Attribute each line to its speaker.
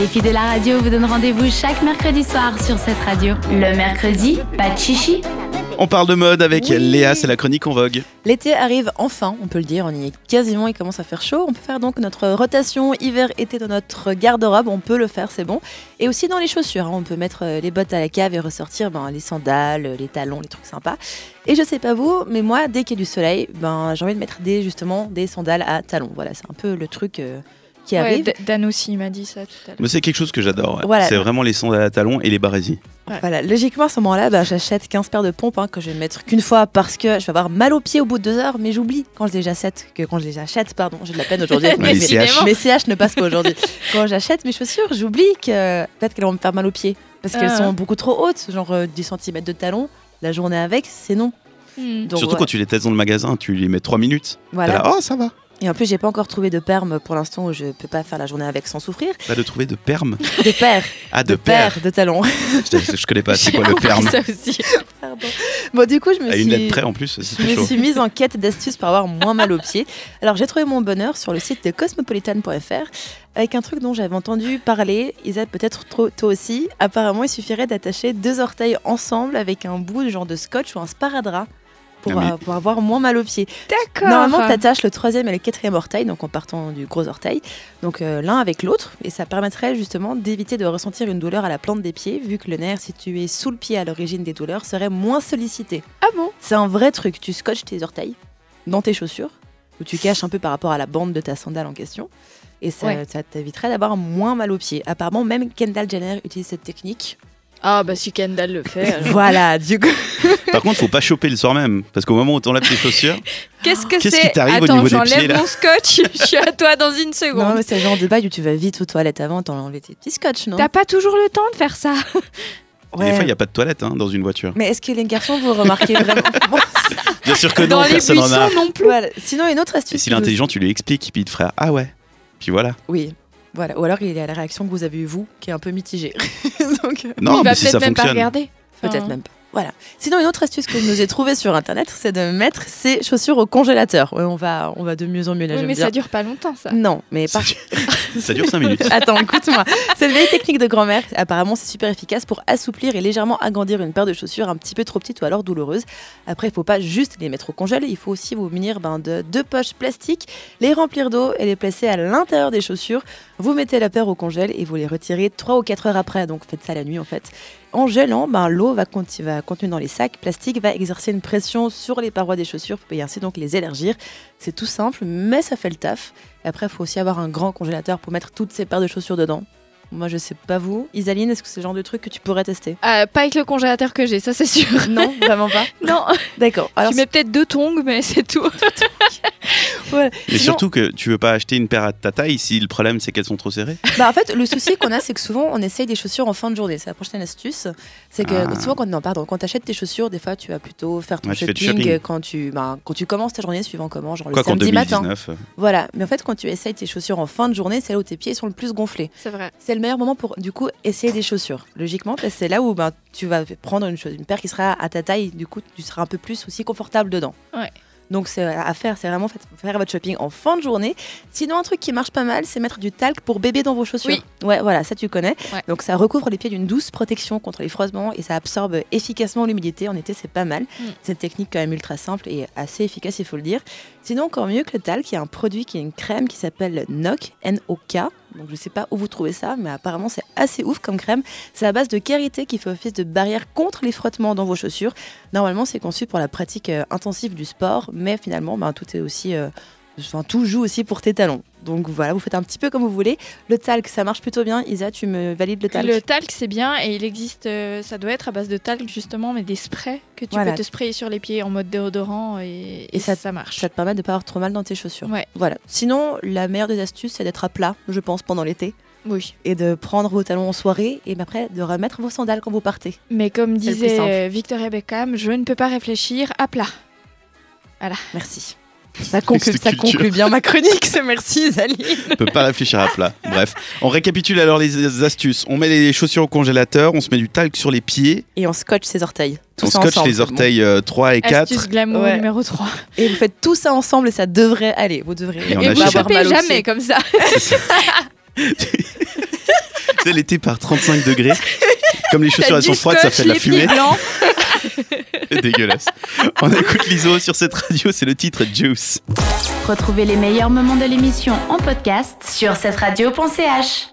Speaker 1: Les filles de la radio vous donnent rendez-vous chaque mercredi soir sur cette radio. Le mercredi, pas de chichi.
Speaker 2: On parle de mode avec
Speaker 3: Oui.
Speaker 2: Léa, c'est la chronique en vogue.
Speaker 3: L'été arrive enfin, on peut le dire, on y est quasiment, il commence à faire chaud. On peut faire donc notre rotation hiver-été dans notre garde-robe, on peut le faire, c'est bon. Et aussi dans les chaussures, hein, on peut mettre euh, les bottes à la cave et ressortir ben, les sandales, les talons, les trucs sympas. Et je sais pas vous, mais moi, dès qu'il y a du soleil, ben, j'ai envie de mettre des, justement des sandales à talons. Voilà, c'est un peu le truc euh, qui
Speaker 4: Ouais,
Speaker 3: arrive.
Speaker 4: D- Dan aussi il m'a dit ça tout à l'heure.
Speaker 2: Mais c'est quelque chose que j'adore. ouais.
Speaker 3: Voilà.
Speaker 2: C'est vraiment les sandales à talons et les barésies.
Speaker 3: Voilà, logiquement à ce moment-là, bah, j'achète 15 paires de pompes hein, que je vais mettre qu'une fois parce que je vais avoir mal aux pieds au bout de deux heures, mais j'oublie quand je les achète, que quand je les achète, pardon, j'ai de la peine aujourd'hui. avec
Speaker 2: Ouais,
Speaker 3: mes,
Speaker 2: les CH.
Speaker 3: mes CH ne passent pas aujourd'hui. quand j'achète mes chaussures, j'oublie que peut-être qu'elles vont me faire mal aux pieds parce qu'elles
Speaker 4: Ah.
Speaker 2: Euh.
Speaker 3: sont beaucoup trop hautes, genre euh, 10 cm de talon. La journée avec, c'est non.
Speaker 4: Hmm.
Speaker 3: Donc,
Speaker 2: Mm. Surtout
Speaker 3: ouais,
Speaker 2: quand tu les testes dans le magasin, tu les mets 3 minutes. T'es
Speaker 3: voilà.
Speaker 2: là, oh ça va.
Speaker 3: Et en plus, j'ai pas encore trouvé de perme pour l'instant où je peux pas faire la journée avec sans souffrir.
Speaker 2: Pas de trouver de perme.
Speaker 3: De paires,
Speaker 2: Ah, de,
Speaker 3: de
Speaker 2: perme.
Speaker 3: paires de talons.
Speaker 2: Je, je connais pas, c'est
Speaker 4: J'ai
Speaker 2: quoi le
Speaker 4: compris
Speaker 2: perme
Speaker 4: Ah, ça aussi.
Speaker 3: Pardon. Bon, du coup, je me
Speaker 2: À
Speaker 3: suis.
Speaker 2: une lettre près en plus, c'est
Speaker 3: Je
Speaker 2: tout
Speaker 3: me
Speaker 2: chaud.
Speaker 3: suis mise en quête d'astuces pour avoir moins mal aux pieds. Alors j'ai trouvé mon bonheur sur le site de cosmopolitan.fr avec un truc dont j'avais entendu parler, Isa peut-être trop toi aussi. Apparemment, il suffirait d'attacher deux orteils ensemble avec un bout de genre de scotch ou un sparadrap. Pour,
Speaker 2: Ah, mais-
Speaker 3: euh, pour avoir moins mal aux pieds.
Speaker 4: D'accord.
Speaker 3: Normalement, tu attaches le troisième et le quatrième orteil, donc en partant du gros orteil, donc euh, l'un avec l'autre, et ça permettrait justement d'éviter de ressentir une douleur à la plante des pieds, vu que le nerf situé sous le pied à l'origine des douleurs serait moins sollicité.
Speaker 4: Ah bon
Speaker 3: C'est un vrai truc. Tu scotches tes orteils dans tes chaussures, ou tu caches un peu par rapport à la bande de ta sandale en question. Et ça,
Speaker 4: Ouais.
Speaker 3: ça t'éviterait d'avoir moins mal aux pieds. Apparemment, même Kendall Jenner utilise cette technique.
Speaker 4: Ah bah si Kendall le fait. alors.
Speaker 3: voilà, du coup.
Speaker 2: Par contre, faut pas choper le soir même. Parce qu'au moment où t'enlèves tes chaussures,
Speaker 4: Qu'est-ce que
Speaker 2: Qu'est-ce
Speaker 4: c'est
Speaker 2: qui t'arrive au
Speaker 4: Attends,
Speaker 2: niveau des
Speaker 4: j'enlève
Speaker 2: pieds, là
Speaker 4: mon scotch. Je suis à toi dans une
Speaker 3: Non,
Speaker 4: seconde.
Speaker 3: mais c'est le genre de bail où tu vas vite aux toilettes avant, t'as enlevé tes petits scotch, non
Speaker 4: T'as pas toujours le temps de faire ça.
Speaker 2: des
Speaker 3: Ouais.
Speaker 2: fois, il n'y a pas de toilette hein, dans une voiture.
Speaker 3: Mais est-ce que les garçons, vous remarquez vraiment
Speaker 2: Bien sûr que
Speaker 4: dans
Speaker 2: non,
Speaker 4: les
Speaker 2: personne
Speaker 4: buissons
Speaker 2: en a.
Speaker 4: non plus.
Speaker 3: Voilà. Sinon, une autre
Speaker 2: Et
Speaker 3: astuce.
Speaker 2: s'il est
Speaker 3: que-
Speaker 2: intelligent, tu lui expliques, puis il te fera Ah ouais. Puis voilà.
Speaker 3: Oui. Voilà. Ou alors, il y a la réaction que vous avez eue, vous, qui est un peu mitigée. Donc, euh,
Speaker 2: Non,
Speaker 4: il va
Speaker 2: mais si
Speaker 4: peut-être
Speaker 2: ça
Speaker 4: même pas
Speaker 2: fonctionne.
Speaker 4: regarder. Enfin,
Speaker 3: Peut-être même pas. Voilà. Sinon, une autre astuce que je nous ai trouvée sur Internet, c'est de mettre ses chaussures au congélateur. Ouais, on va, on va de mieux en mieux là,
Speaker 4: Oui,
Speaker 3: j'aime
Speaker 4: mais
Speaker 3: bien.
Speaker 4: ça dure pas longtemps ça.
Speaker 3: Non, mais par...
Speaker 2: Ça dure 5 minutes.
Speaker 3: Attends, écoute-moi. Cette vieille technique de grand-mère, apparemment, c'est super efficace pour assouplir et légèrement agrandir une paire de chaussures un petit peu trop petites ou alors douloureuses. Après, il faut pas juste les mettre au congèle, il faut aussi vous munir ben, de deux poches plastiques, les remplir d'eau et les placer à l'intérieur des chaussures. Vous mettez la paire au congèle et vous les retirez 3 ou 4 heures après, donc faites ça la nuit en fait. En gelant, ben, l'eau va, conti- va contenue dans les sacs plastiques va exercer une pression sur les parois des chaussures et ainsi donc les élargir. C'est tout simple, mais ça fait le taf. Et après, il faut aussi avoir un grand congélateur pour mettre toutes ces paires de chaussures dedans. Moi, je sais pas vous. Isaline, est-ce que c'est le genre de truc que tu pourrais tester
Speaker 4: Euh, pas avec le congélateur que j'ai, ça c'est sûr.
Speaker 3: Non, vraiment pas.
Speaker 4: Non,
Speaker 3: D'accord. Alors,
Speaker 4: tu mets peut-être deux tongs, mais c'est tout.
Speaker 2: Mais
Speaker 3: Sinon-
Speaker 2: surtout que tu veux pas acheter une paire à ta taille si le problème c'est qu'elles sont trop serrées.
Speaker 3: bah, en fait, le souci qu'on a, c'est que souvent, on essaye des chaussures en fin de journée. C'est la prochaine astuce. C'est que
Speaker 2: Ah.
Speaker 3: souvent, quand, non, pardon, quand t'achètes tes chaussures, des fois, tu vas plutôt faire ton
Speaker 2: Ouais, tu fais du
Speaker 3: shopping,
Speaker 2: shopping.
Speaker 3: euh, Quand, tu, bah, quand tu commences ta journée, suivant comment, genre
Speaker 2: Quoi
Speaker 3: le
Speaker 2: qu'en
Speaker 3: samedi matin.
Speaker 2: 2019, euh,
Speaker 3: Voilà. Mais en fait, quand tu essayes tes chaussures en fin de journée, c'est là où tes pieds sont le plus gonflés.
Speaker 4: C'est vrai.
Speaker 3: C'est le meilleur moment pour, du coup, essayer des chaussures, logiquement, parce que c'est là où ben, tu vas prendre une, chose- une paire qui sera à ta taille, du coup, tu seras un peu plus aussi confortable dedans.
Speaker 4: Ouais.
Speaker 3: Donc, c'est à faire, c'est vraiment fait- faire votre shopping en fin de journée. Sinon, un truc qui marche pas mal, c'est mettre du talc pour bébé dans vos chaussures. Ouais, voilà, ça tu connais.
Speaker 4: Ouais.
Speaker 3: Donc, ça recouvre les pieds d'une douce protection contre les froissements et ça absorbe efficacement l'humidité. En été, c'est pas mal.
Speaker 4: Mm.
Speaker 3: C'est une technique quand même ultra simple et assez efficace, il faut le dire. Sinon, encore mieux que le talc, il y a un produit qui est une crème qui s'appelle NOK, N-O-K. Donc, je sais pas où vous trouvez ça, mais apparemment, c'est assez ouf comme crème. C'est à base de karité qui fait office de barrière contre les frottements dans vos chaussures. Normalement, c'est conçu pour la pratique euh, intensive du sport, mais finalement, ben, tout est aussi. euh, Enfin, tout joue aussi pour tes talons. Donc voilà, vous faites un petit peu comme vous voulez. Le talc, ça marche plutôt bien. Isa, tu me valides le talc
Speaker 4: Le talc, c'est bien et il existe, euh, ça doit être à base de talc justement, mais des sprays que tu
Speaker 3: Voilà.
Speaker 4: peux te sprayer sur les pieds en mode déodorant et,
Speaker 3: Et
Speaker 4: et
Speaker 3: ça-
Speaker 4: ça, marche.
Speaker 3: Ça te permet de pas avoir trop mal dans tes chaussures.
Speaker 4: Ouais.
Speaker 3: Voilà. Sinon, la meilleure des astuces, c'est d'être à plat, je pense, pendant l'été.
Speaker 4: Oui.
Speaker 3: Et de prendre vos talons en soirée et ben, après de remettre vos sandales quand vous partez.
Speaker 4: Mais comme
Speaker 3: C'est le plus simple.
Speaker 4: disait euh, Victoria Beckham, je ne peux pas réfléchir à plat.
Speaker 3: Merci. Ça conclut,
Speaker 2: Cette
Speaker 3: ça
Speaker 2: culture.
Speaker 3: conclut bien ma chronique, ce merci Isaline.
Speaker 2: on peut pas réfléchir à plat. Bref, on récapitule alors les astuces. On met les chaussures au congélateur, on se met du talc sur les pieds,
Speaker 3: Et on scotche ses orteils. Tout
Speaker 2: on
Speaker 3: ça
Speaker 2: scotche
Speaker 3: ensemble.
Speaker 2: les orteils euh, 3 et 4.
Speaker 4: Astuce glamour
Speaker 3: Ouais.
Speaker 4: numéro 3.
Speaker 3: Et vous faites tout ça ensemble et ça devrait aller. Vous devrez
Speaker 2: Et on
Speaker 4: Et
Speaker 2: a
Speaker 4: vous
Speaker 2: chopé-
Speaker 4: chopez
Speaker 3: mal aux
Speaker 4: jamais
Speaker 3: pieds.
Speaker 4: comme ça.
Speaker 2: sais, l'été par 35 degrés. Comme les chaussures elles sont froides, ça fait de la fumée. Dégueulasse. On écoute l'ISO sur cette radio, c'est le titre Juice.
Speaker 1: Retrouvez les meilleurs moments de l'émission en podcast sur cette radio.ch.